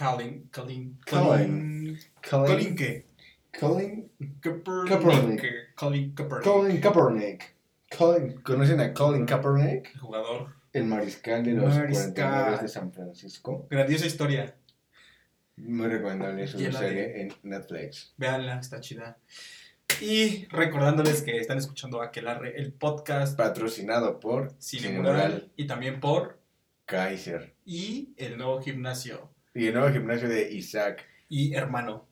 Kalin. Kalin. Colin. Kalin Colin, qué? Colin, Kaepernick. Colin Kaepernick. Colin Kaepernick. Colin, ¿Conocen a Colin Kaepernick? El jugador. El mariscal de los Mariscal. 49 de San Francisco. Grandiosa historia. Muy recomendable su Llena de- serie en Netflix. Veanla, está chida. Y recordándoles que están escuchando Aquelarre, el podcast Patrocinado por Cine Mural y también por Kaiser. y el nuevo gimnasio Y el nuevo gimnasio de Isaac. y hermano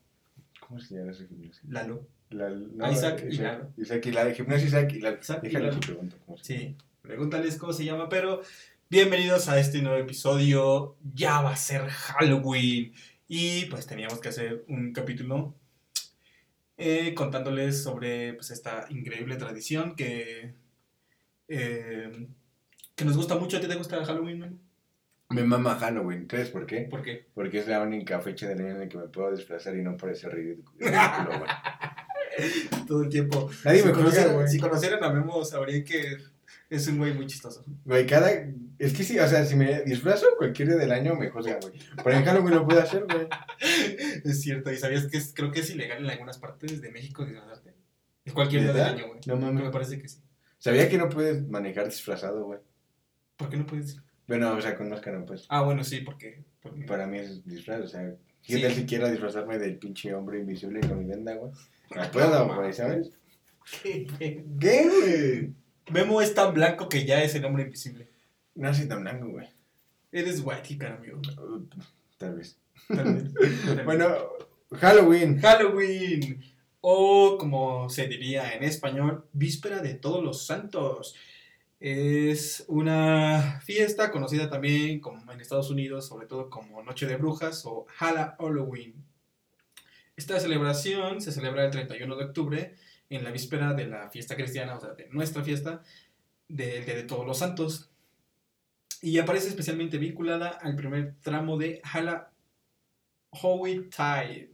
¿Cómo se llama ese gimnasio? Lalo. La- no, Ah, Isaac y Lalo. Isaac y Lalo. El gimnasio Isaac y Lalo. Isaac y Déjale Lalo. su pregunta. ¿cómo se llama? Sí, pregúntales cómo se llama, pero bienvenidos a este nuevo episodio. Ya va a ser Halloween y pues teníamos que hacer un capítulo eh, contándoles sobre pues, esta increíble tradición que eh, que nos gusta mucho. ¿A ti te gusta Halloween? Memo? Me mama Halloween. ¿Sabes por qué? ¿Por qué? Porque es la única fecha del año en la que me puedo desplazar y no parecer ridículo. ridículo, güey. Todo el tiempo. Nadie si, me juzga, conocieran, güey. si conocieran a Memo, sabrían que es un güey muy chistoso. Güey, cada. Es que sí, o sea, si me disfrazo cualquier día del año, me juzgan, güey. Pero en Halloween lo puedo hacer, güey. Es cierto, y sabías que es- creo que es ilegal en algunas partes de México disfrazarte. Es cualquier día del ¿Verdad? año, güey. No mames. Me parece que sí. Sabía que no puedes manejar disfrazado, güey. ¿Por qué no puedes? Bueno, o sea, con máscara, pues. Ah, bueno, sí, porque. porque- Para mí es disfraz, o sea. ¿Qué Sí. tal si quiera disfrazarme del pinche hombre invisible con mi venda, güey? No No, puedo, mames. güey, ¿sabes? ¿Qué, güey? Memo es tan blanco que ya es el hombre invisible. No soy tan blanco, güey. Eres white, amigo. Uh, Tal vez. Tal vez, tal vez. Bueno, Halloween. Halloween. O como se diría en español, Víspera de Todos los Santos. Es una fiesta conocida también como en Estados Unidos, sobre todo como Noche de Brujas o Hala- Halloween. Esta celebración se celebra el 31 de octubre en la víspera de la fiesta cristiana, o sea, de nuestra fiesta, del Día de Todos los Santos. Y aparece especialmente vinculada al primer tramo de Halloween Tide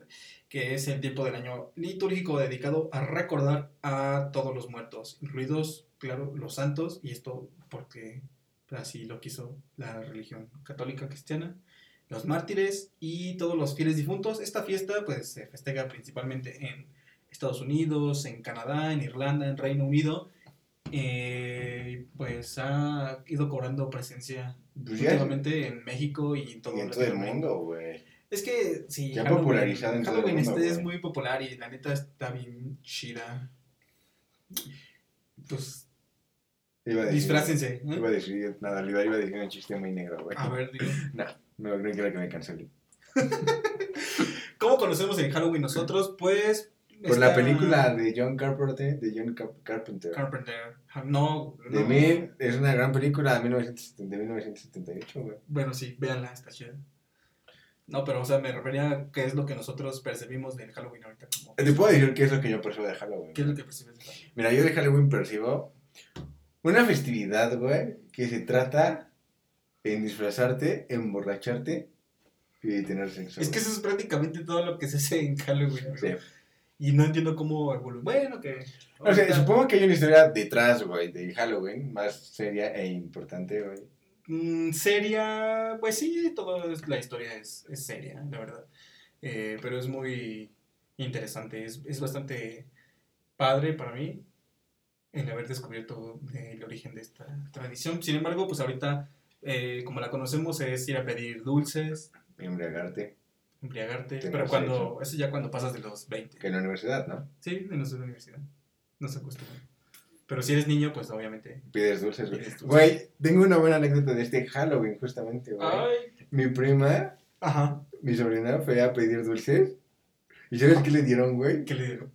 que es el tiempo del año litúrgico dedicado a recordar a todos los muertos, incluidos, claro, los santos, y esto porque así lo quiso la religión católica cristiana, los mártires y todos los fieles difuntos. Esta fiesta pues se festeja principalmente en Estados Unidos, en Canadá, en Irlanda, en Reino Unido, eh, pues ha ido cobrando presencia Pues ya es- últimamente en México y en todo, Y en todo el Latinoamérica. mundo, güey. Es que sí, Ya popularizada en todo el Halloween mundo, este es güey. muy popular y la neta está bien chida. Pues Iba a decir- disfrácense. ¿eh? Iba a decir, nada, iba iba a decir un chiste muy negro, güey. A ver, digo, No, no, no quiero que me cancelen. ¿cómo conocemos el Halloween nosotros? Pues Por la película de John Carpenter, de John Cap- Carpenter. Carpenter. Ah, No, de no. mil, es una gran película de, 1970 de 1978, güey. Bueno, sí, véanla, está chida. No, pero o sea, me refería a qué es lo que nosotros percibimos del Halloween ahorita como Te puedo decir qué es lo que yo percibo de Halloween. ¿Qué es lo que percibes del Halloween? Mira, yo de Halloween percibo una festividad, güey, que se trata en disfrazarte, emborracharte y tener sexo. Es que güey. eso es prácticamente todo lo que se hace en Halloween. güey. Sí. Y no entiendo cómo evoluciona. Bueno, que. O sea, ahorita- supongo que hay una historia detrás, güey, de Halloween, más seria e importante, güey. Mm, seria, pues sí, toda la historia es, es seria, la verdad. Eh, pero es muy interesante, es, es bastante padre para mí el haber descubierto eh, el origen de esta tradición. Sin embargo, pues ahorita, eh, como la conocemos, es ir a pedir dulces, Embriagarte, embriagarte, Tener pero cuando, eso ya cuando pasas de los 20. que en la universidad, ¿no? Sí, en los de la universidad, no se acostumbra. Pero si eres niño, pues obviamente. Pides dulces, güey. Pides dulces. Güey, tengo una buena anécdota de este Halloween, justamente, güey. Mi prima, Ajá. mi sobrina, fue a pedir dulces. ¿Y sabes qué le dieron, güey? ¿Qué le digo?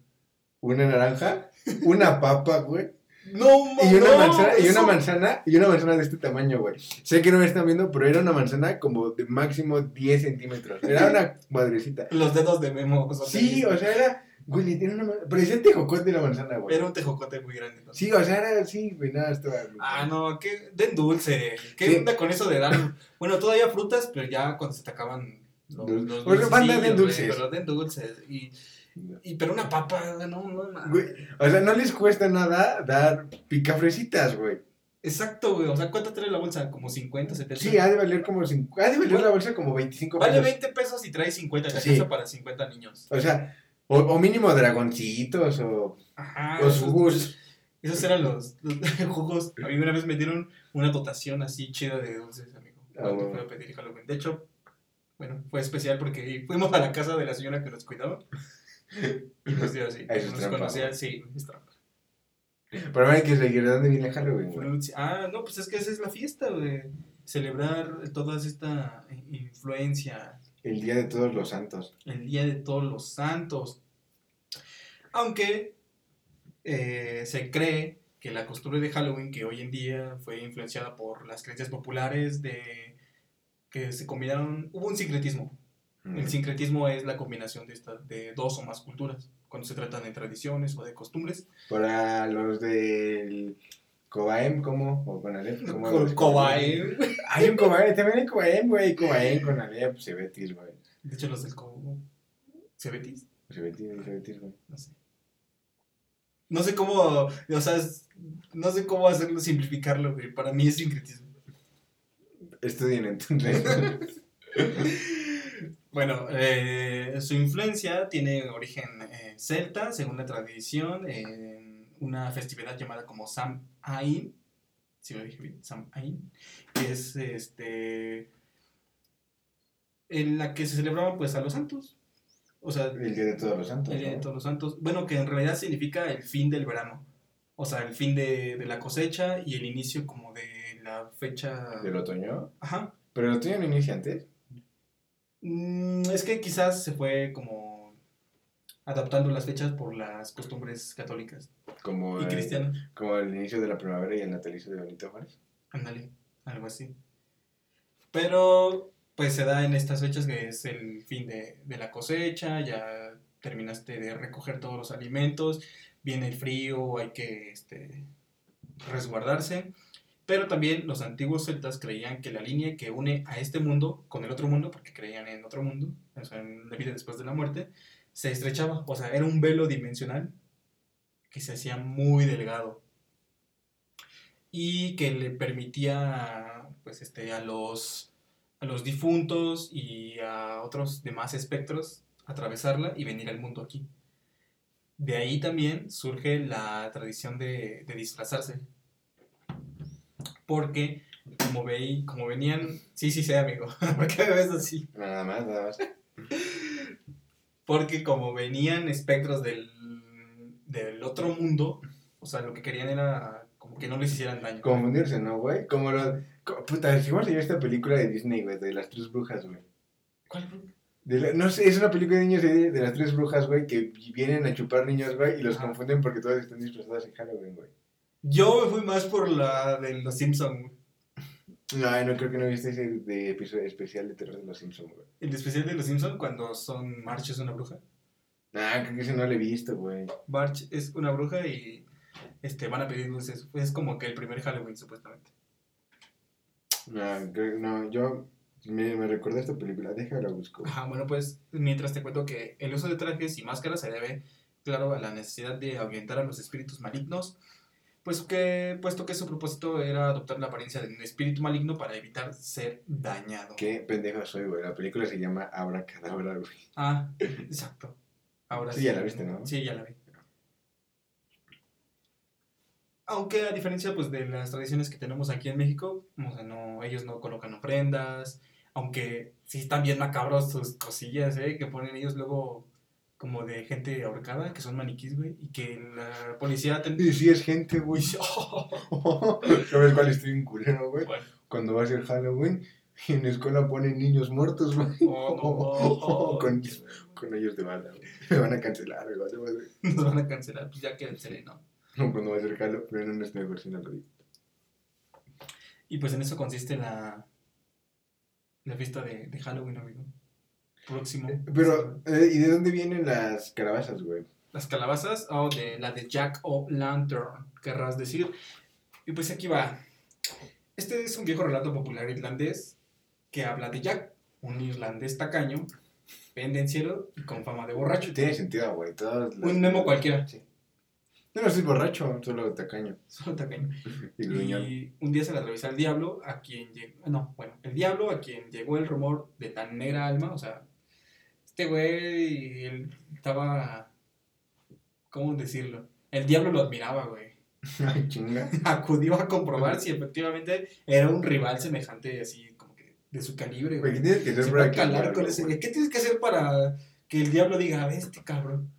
Una naranja, una papa, güey. No, Y una no, manzana, y una eso- manzana, y una manzana de este tamaño, güey. Sé que no me están viendo, pero era una manzana como de máximo 10 centímetros. Era una cuadrecita. Los dedos de Memo. o sea, Sí, o sea, era. Güey, le dieron una manzana. Parecía tejocote la manzana, güey. Era un tejocote muy grande. ¿no? Sí, o sea, era así, güey, nada, estaba. Ah, no, que den dulce. ¿Qué Sí. onda con eso de dar? Bueno, todavía frutas, pero ya cuando se te acaban los, Dul- los Bueno, banda, den dulces. dulcecillos, güey, Pero den dulces. Y, y- pero una papa, no, no, no. Güey, o sea, no les cuesta nada dar picafresitas, güey. Exacto, güey. O sea, ¿cuánto trae la bolsa? ¿Como 50, 70? Sí, ha de valer como cinco- ha de valer la bolsa como 25 Vale pesos. 20 pesos y trae 50 Sí. cajitas para 50 niños. O sea, o, o mínimo dragoncitos o, Ajá. o esos- sus Esos eran los, los jugos. A mí una vez me dieron una dotación así chida de dulces, amigo. Ah, Cuando bueno. fui a pedir Halloween. De hecho, bueno, fue especial porque fuimos a la casa de la señora que nos cuidaba. Y nos dio así. Ah, eso es nos trampa, conocía, güey. sí, es trampa. Pero hay que seguir dónde viene Halloween, güey. Fruits. Ah, no, pues es que esa es la fiesta, de Celebrar toda esta i- influencia. El día de todos los santos. El Día de Todos los Santos. Aunque eh, se cree que la costumbre de Halloween, que hoy en día fue influenciada por las creencias populares de que se combinaron, hubo un sincretismo. Mm. El sincretismo es la combinación de, esta- de dos o más culturas, cuando se tratan de tradiciones o de costumbres. Para los del Cobaem, ¿cómo? O Conalep, ¿cómo? Co- los- Cobae. Hay un Cobaem, también hay Cobaem, güey. Cobaem, Conalep, Cebetis, güey. De hecho, los del Cobo. ¿Cebetis? Cebetis, Cebetis, güey. No sé. No sé cómo, o sea, es- no sé cómo hacerlo, simplificarlo, güey. Para mí es sincretismo. Estudien entonces. Bueno, eh, su influencia tiene origen eh, celta, según la tradición, en una festividad llamada como Sam Ain, si lo dije bien, Sam Ain, que es este, en la que se celebraban pues a los santos, o sea, El día de todos los santos. El Día de ¿no? Todos los Santos. Bueno, que en realidad significa el fin del verano. O sea, el fin de, de la cosecha y el inicio como de la fecha... Del otoño. Ajá. Pero el otoño no inicia antes. Mm, es que quizás se fue como adaptando las fechas por las costumbres católicas Como y el- cristianas. como el inicio de la primavera y el natalicio de Benito Juárez. Ándale, algo así. Pero pues se da en estas fechas que es el fin de, de la cosecha, ya terminaste de recoger todos los alimentos, viene el frío, hay que este, resguardarse. Pero también los antiguos celtas creían que la línea que une a este mundo con el otro mundo, porque creían en otro mundo, o sea, en la vida después de la muerte, se estrechaba. O sea, era un velo dimensional que se hacía muy delgado y que le permitía pues, este, a, los, a los difuntos y a otros demás espectros atravesarla y venir al mundo aquí. De ahí también surge la tradición de, de disfrazarse. Porque, como, veí, como venían... Sí, sí, sé, amigo. ¿Por qué me ves así? Nada más, nada más. Porque como venían espectros del, del otro mundo, o sea, lo que querían era como que no les hicieran daño. Confundirse, ¿no, güey? Como los. co- puta, si vamos a ver esta película de Disney, güey, de las tres brujas, güey. ¿Cuál fue? De la- no sé, es una película de niños de, de las tres brujas, güey, que vienen a chupar niños, güey, y los Ajá. confunden porque todas están disfrazadas en Halloween, güey. Yo me fui más por la de los Simpsons. No, no creo que no viste ese de episodio especial de terror de los Simpsons, güey. El especial de los Simpsons cuando son March es una bruja. Ah, creo que ese no lo he visto, güey. March es una bruja y este, van a pedir dulces. Es como que el primer Halloween, supuestamente. No, creo, no, yo me, me recuerdo esta película, déjala busco. Ajá, bueno, pues mientras te cuento que el uso de trajes y máscaras se debe, claro, a la necesidad de ahuyentar a los espíritus malignos, pues que, puesto que su propósito era adoptar la apariencia de un espíritu maligno para evitar ser dañado. Qué pendejo soy, güey. La película se llama Abra Cadabra, güey. Ah, exacto. Ahora Sí, ya la viste, ¿no? Sí, ya la vi. Aunque a diferencia pues de las tradiciones que tenemos aquí en México, o sea, no, ellos no colocan ofrendas, aunque sí están bien macabros sus cosillas, ¿eh? Que ponen ellos luego como de gente ahorcada, que son maniquís, güey, y que la policía... ten- Y sí es gente, güey. ¿Sabes cuál estoy en culero, güey? ¿Cuál? Cuando va a ser Halloween, en la escuela ponen niños muertos, güey. Oh, no. Oh, con, con ellos de bala, güey. Me van a cancelar, güey. vale, madre. Nos van a cancelar, pues ya quédense, ¿no? No, cuando va a ser Halloween, no es mejor si no lo digo. Y pues en eso consiste la, la fiesta de, de Halloween, amigo. Próximo. Pero, eh, ¿y de dónde vienen las calabazas, güey? Las calabazas, o de la de Jack o Lantern, querrás decir. Y pues aquí va. Este es un viejo relato popular irlandés que habla de Jack, un irlandés tacaño, pendenciero y con fama de borracho. Tiene sentido, güey. Todas las- Un memo cualquiera. Sí. Yo no soy borracho, solo tacaño. Solo tacaño. Y gruñón. Y un día se le atraviesa el diablo a quien llegó, no, bueno, el diablo a quien llegó el rumor de tan negra alma, o sea, este güey él estaba, ¿cómo decirlo? El diablo lo admiraba, güey. Ay, chinga. Acudió a comprobar si efectivamente era un rival semejante, así como que de su calibre, Güey, ¿qué güey. tienes que hacer Se para va a calar cambiarlo, con ese güey? güey. ¿Qué tienes que hacer para que el diablo diga, a ver este cabrón?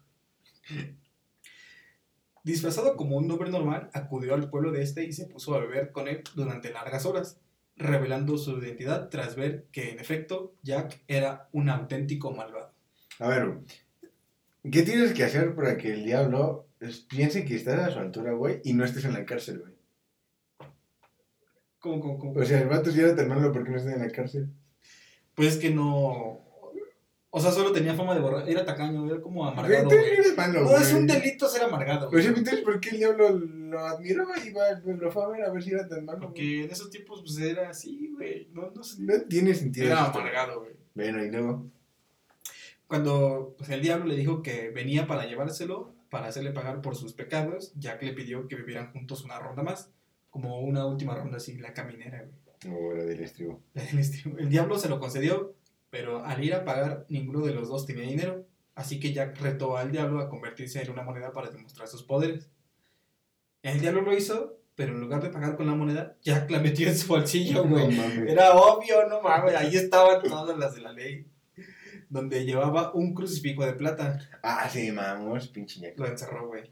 Disfrazado como un hombre normal, acudió al pueblo de este y se puso a beber con él durante largas horas, revelando su identidad tras ver que, en efecto, Jack era un auténtico malvado. A ver, güey, ¿qué tienes que hacer para que el diablo es- piense que estás a su altura, güey, y no estés en la cárcel, güey? ¿Cómo, cómo, cómo? O sea, el vato sí era tan malo porque no está en la cárcel. Pues es que no. O sea, solo tenía fama de borrar. Era tacaño, era como Güey, amargado, tú güey. eres malo, No, es güey. Pues un delito ser amargado, O sea, güey. entonces, ¿por qué el diablo lo admiraba y va, pues, lo fue a ver a ver si era tan malo? güey? Porque en esos tiempos, pues era así, güey. No, no sé. No tiene sentido. Era eso, güey. amargado, güey. Bueno, y luego. Cuando pues, el diablo le dijo que venía para llevárselo, para hacerle pagar por sus pecados, Jack le pidió que vivieran juntos una ronda más, como una última ronda así, la caminera. güey. O lo del estribo. El, estribo- el diablo se lo concedió, pero al ir a pagar, ninguno de los dos tenía dinero, así que Jack retó al diablo a convertirse en una moneda para demostrar sus poderes. El diablo lo hizo, pero en lugar de pagar con la moneda, Jack la metió en su bolsillo, güey. No mames. Era obvio, no mames, ahí estaban todas las de la ley. Donde llevaba un crucifijo de plata. Ah, sí, mamos, pinche ñaca. Lo encerró, güey.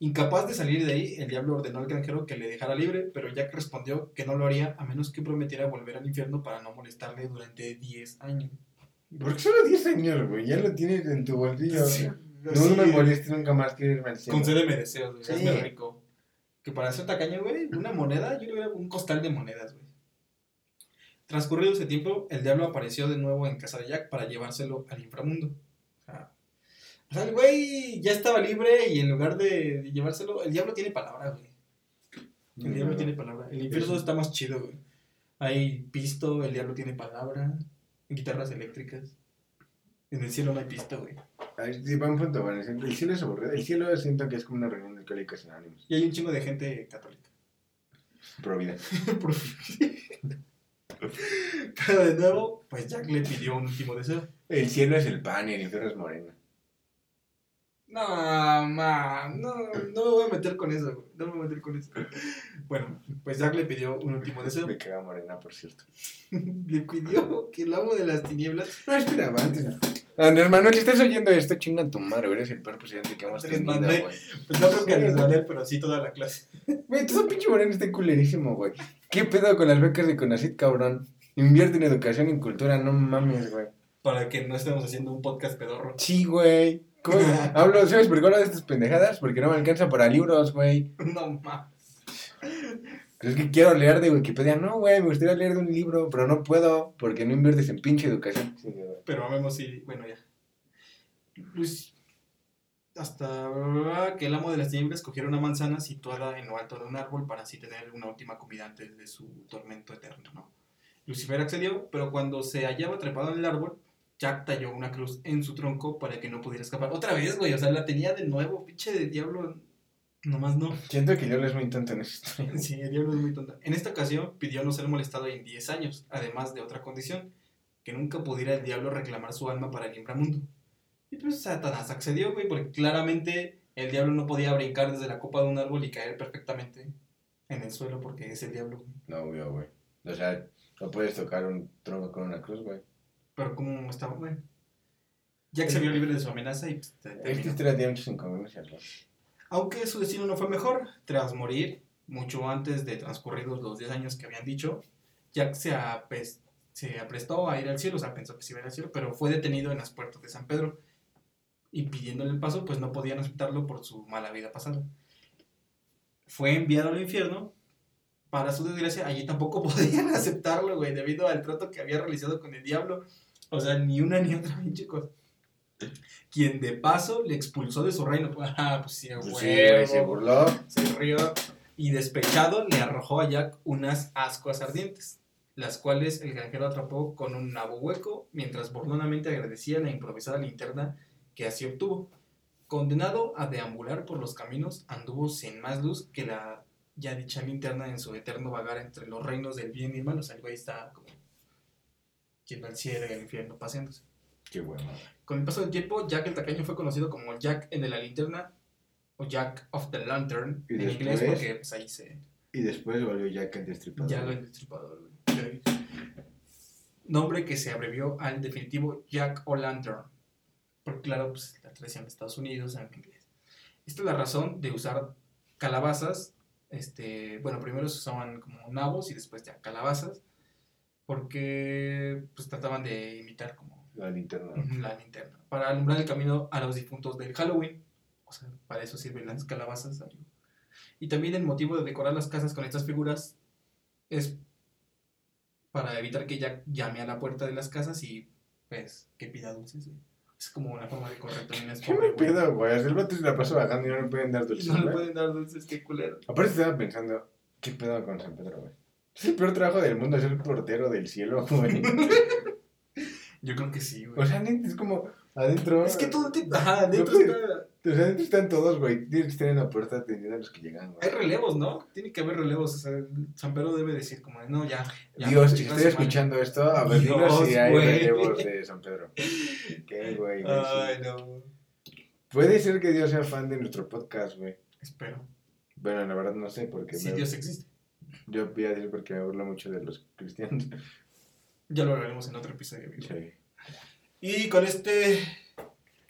Incapaz de salir de ahí, el diablo ordenó al granjero que le dejara libre, pero Jack respondió que no lo haría a menos que prometiera volver al infierno para no molestarle durante 10 años. ¿Por qué solo 10 años, güey? Ya lo tienes en tu bolsillo. Sí, No sí. me molestes nunca más, quiero irme al cielo. Concédeme deseos, güey. Sí. hazme rico. Que para ser tacaño, güey, una moneda, yo le hubiera un costal de monedas, güey. Transcurrido ese tiempo, el diablo apareció de nuevo en casa de Jack para llevárselo al inframundo. O sea, o sea, el güey ya estaba libre y en lugar de, de llevárselo, el diablo tiene palabra, güey. Mm. El diablo tiene palabra. El infierno Eso. está más chido, güey. Hay pisto, el diablo tiene palabra, guitarras eléctricas. En el cielo no hay pisto, güey. Ay, sí, buen punto, bueno, El el cielo es aburrido. El cielo siento que es como una reunión de alcohólicos anónimos. Y hay un chingo de gente católica. Pro vida. Por fin. Pero de nuevo, pues Jack le pidió un último deseo. El cielo es el pan y el infierno es morena. No, ma, no, no me voy a meter con eso, güey, No me voy a meter con eso. Bueno, pues Jack le pidió un último deseo. Me caga morena, por cierto. Le pidió que el amo de las tinieblas No, esperaba antes. Andrés Manuel, si estás oyendo esto, chinga tu madre, güey, eres el peor presidente que hemos Andrés tenido, Manuel. güey. Pues no creo que a Andrés Manuel, pero sí toda la clase. Güey, todo pinche moreno está culerísimo, güey. ¿Qué pedo con las becas de Conacit, cabrón? Invierte en educación y en cultura, no mames, güey. Para que no estemos haciendo un podcast pedorro. Sí, güey. ¿Cómo? Hablo, ¿sabes por qué hablo de estas pendejadas? Porque no me alcanza para libros, güey. No, ma. Pero es que quiero leer de Wikipedia. No, güey, me gustaría leer de un libro, pero no puedo porque no inviertes en pinche educación. Sí, güey. Pero amemos si. Bueno, ya. Pues. Hasta que el amo de las tinieblas cogiera una manzana situada en lo alto de un árbol para así tener una última comida antes de su tormento eterno, ¿no? Lucifer accedió, pero cuando se hallaba trepado en el árbol, Jack talló una cruz en su tronco para que no pudiera escapar. Otra vez, güey, o sea, la tenía de nuevo, pinche de diablo. Nomás no. Siento que yo les muy tonto en esa historia. Sí, el diablo es muy tonta. En esta ocasión pidió no ser molestado en 10 años, además de otra condición, que nunca pudiera el diablo reclamar su alma para el inframundo. Y pues Satanás accedió, güey, porque claramente el diablo no podía brincar desde la copa de un árbol y caer perfectamente en el suelo porque es el diablo. güey. No, güey, güey. O sea, no puedes tocar un tronco con una cruz, güey. Pero como estaba, güey. Jack se vio libre de su amenaza y pues, te- Esta terminó. historia tiene muchas inconveniencias, güey. Aunque su destino no fue mejor, tras morir, mucho antes de transcurridos los 10 años que habían dicho, Jack se, apes- se aprestó a ir al cielo, o sea, pensó que se iba a ir al cielo, pero fue detenido en las puertas de San Pedro. Y pidiéndole el paso, pues no podían aceptarlo por su mala vida pasada. Fue enviado al infierno. Para su desgracia, allí tampoco podían aceptarlo, güey, debido al trato que había realizado con el diablo. O sea, ni una ni otra, bien, chicos. Quien de paso le expulsó de su reino. Ah, pues sí, a Pues sí, huevo, güey, se burló. se rió y despechado le arrojó a Jack unas ascuas ardientes, las cuales el granjero atrapó con un nabo hueco mientras burlonamente agradecía la improvisada linterna que así obtuvo. Condenado a deambular por los caminos, anduvo sin más luz que la ya dicha linterna en su eterno vagar entre los reinos del bien y el mal. O sea, el güey está como yendo al cielo y al infierno paseándose. Qué bueno. Con el paso del tiempo, Jack el Tacaño fue conocido como Jack el de la linterna o Jack of the Lantern Y en después- inglés porque pues, ahí se... Y después volvió Jack el Destripador. Ya lo el destripador, güey. Nombre que se abrevió al definitivo Jack O'Lantern. Porque claro, pues la tradición de Estados Unidos en inglés. Esta es la razón de usar calabazas. Este, bueno, primero se usaban como nabos y después ya calabazas. Porque pues trataban de imitar como La linterna. la linterna. Para alumbrar el camino a los difuntos del Halloween. O sea, para eso sirven las calabazas, amigo. Y también el motivo de decorar las casas con estas figuras es para evitar que Jack llame a la puerta de las casas y, pues, que pida dulces. güey. Es como una forma de correr también es ¿Qué pobre, me güey. pedo, güey? El vato se la pasa bajando y no le pueden dar dulces, No le güey. pueden dar dulces, qué culero. Aparte estaba pensando, ¿qué pedo con San Pedro, güey? Es el peor trabajo del mundo ser portero del cielo, güey. Yo creo que sí, güey. O sea, neta, es como adentro. es que todo te- Ajá, adentro No, está... O sea, adentro están todos, güey. Tienes que estar en la puerta atendiendo a los que llegan, Hay güey. relevos, ¿no? Tiene que haber relevos. O sea, San Pedro debe decir como, no, ya. ya Dios, si estoy chinga su madre". escuchando esto, a ver, Dios, dinos si hay güey. relevos de San Pedro. ¿Qué, güey? güey, sí. Ay, no. Puede ser que Dios sea fan de nuestro podcast, güey. Espero. Bueno, la verdad no sé, porque Si me- Dios existe. yo voy a decir porque me burlo mucho de los cristianos. Ya lo hablaremos en otro episodio. amigo. Sí. Y con este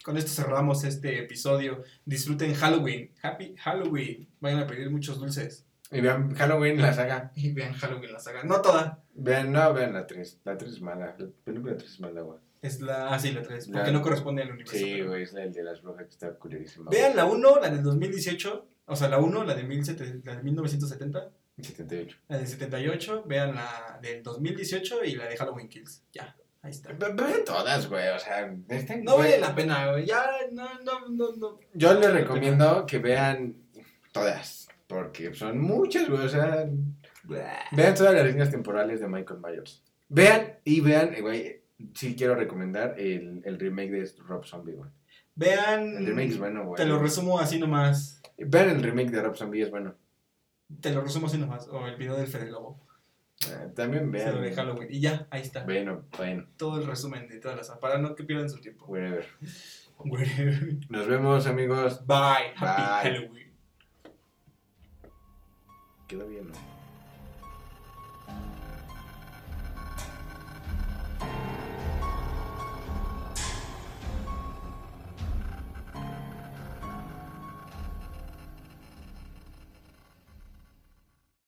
con esto cerramos este episodio. Disfruten Halloween. Happy Halloween. Vayan a pedir muchos dulces. Y vean Halloween, la saga. Y vean Halloween la saga. No toda. Vean, no, vean la 3. La 3 es mala. La película 3 es mala, güey. Es la. Ah, sí, la 3. Porque La- no corresponde al universo. Sí, pero- güey, es la el de las brujas que está culerísima. Vean la 1, la del 2018. O sea, la 1, la de, 17 la de 1970. 78. La del 78. Vean la del 2018 y la de Halloween Kills. Ya. Ahí está. Ve- Vean todas, güey, o sea, están- No güey. vale la pena, güey. Ya, no, no, no, no. Yo les recomiendo que vean todas, porque son muchas, güey. O sea, vean todas las líneas temporales de Michael Myers. Vean y vean, eh, güey, sí quiero recomendar el, el remake de Rob Zombie, güey. Vean. El remake es bueno, güey. Mm, Te lo resumo así nomás. Vean el remake de Rob Zombie, es bueno. Te lo resumo así nomás. O el video del Fede Lobo. Eh, también Se lo de vean. Halloween. Y ya, ahí está. Bueno, bueno, Todo el resumen de todas las. Para no que pierdan su tiempo. whatever. Bye. Nos vemos, amigos. Happy Bye. Halloween. Quedó bien, ¿no?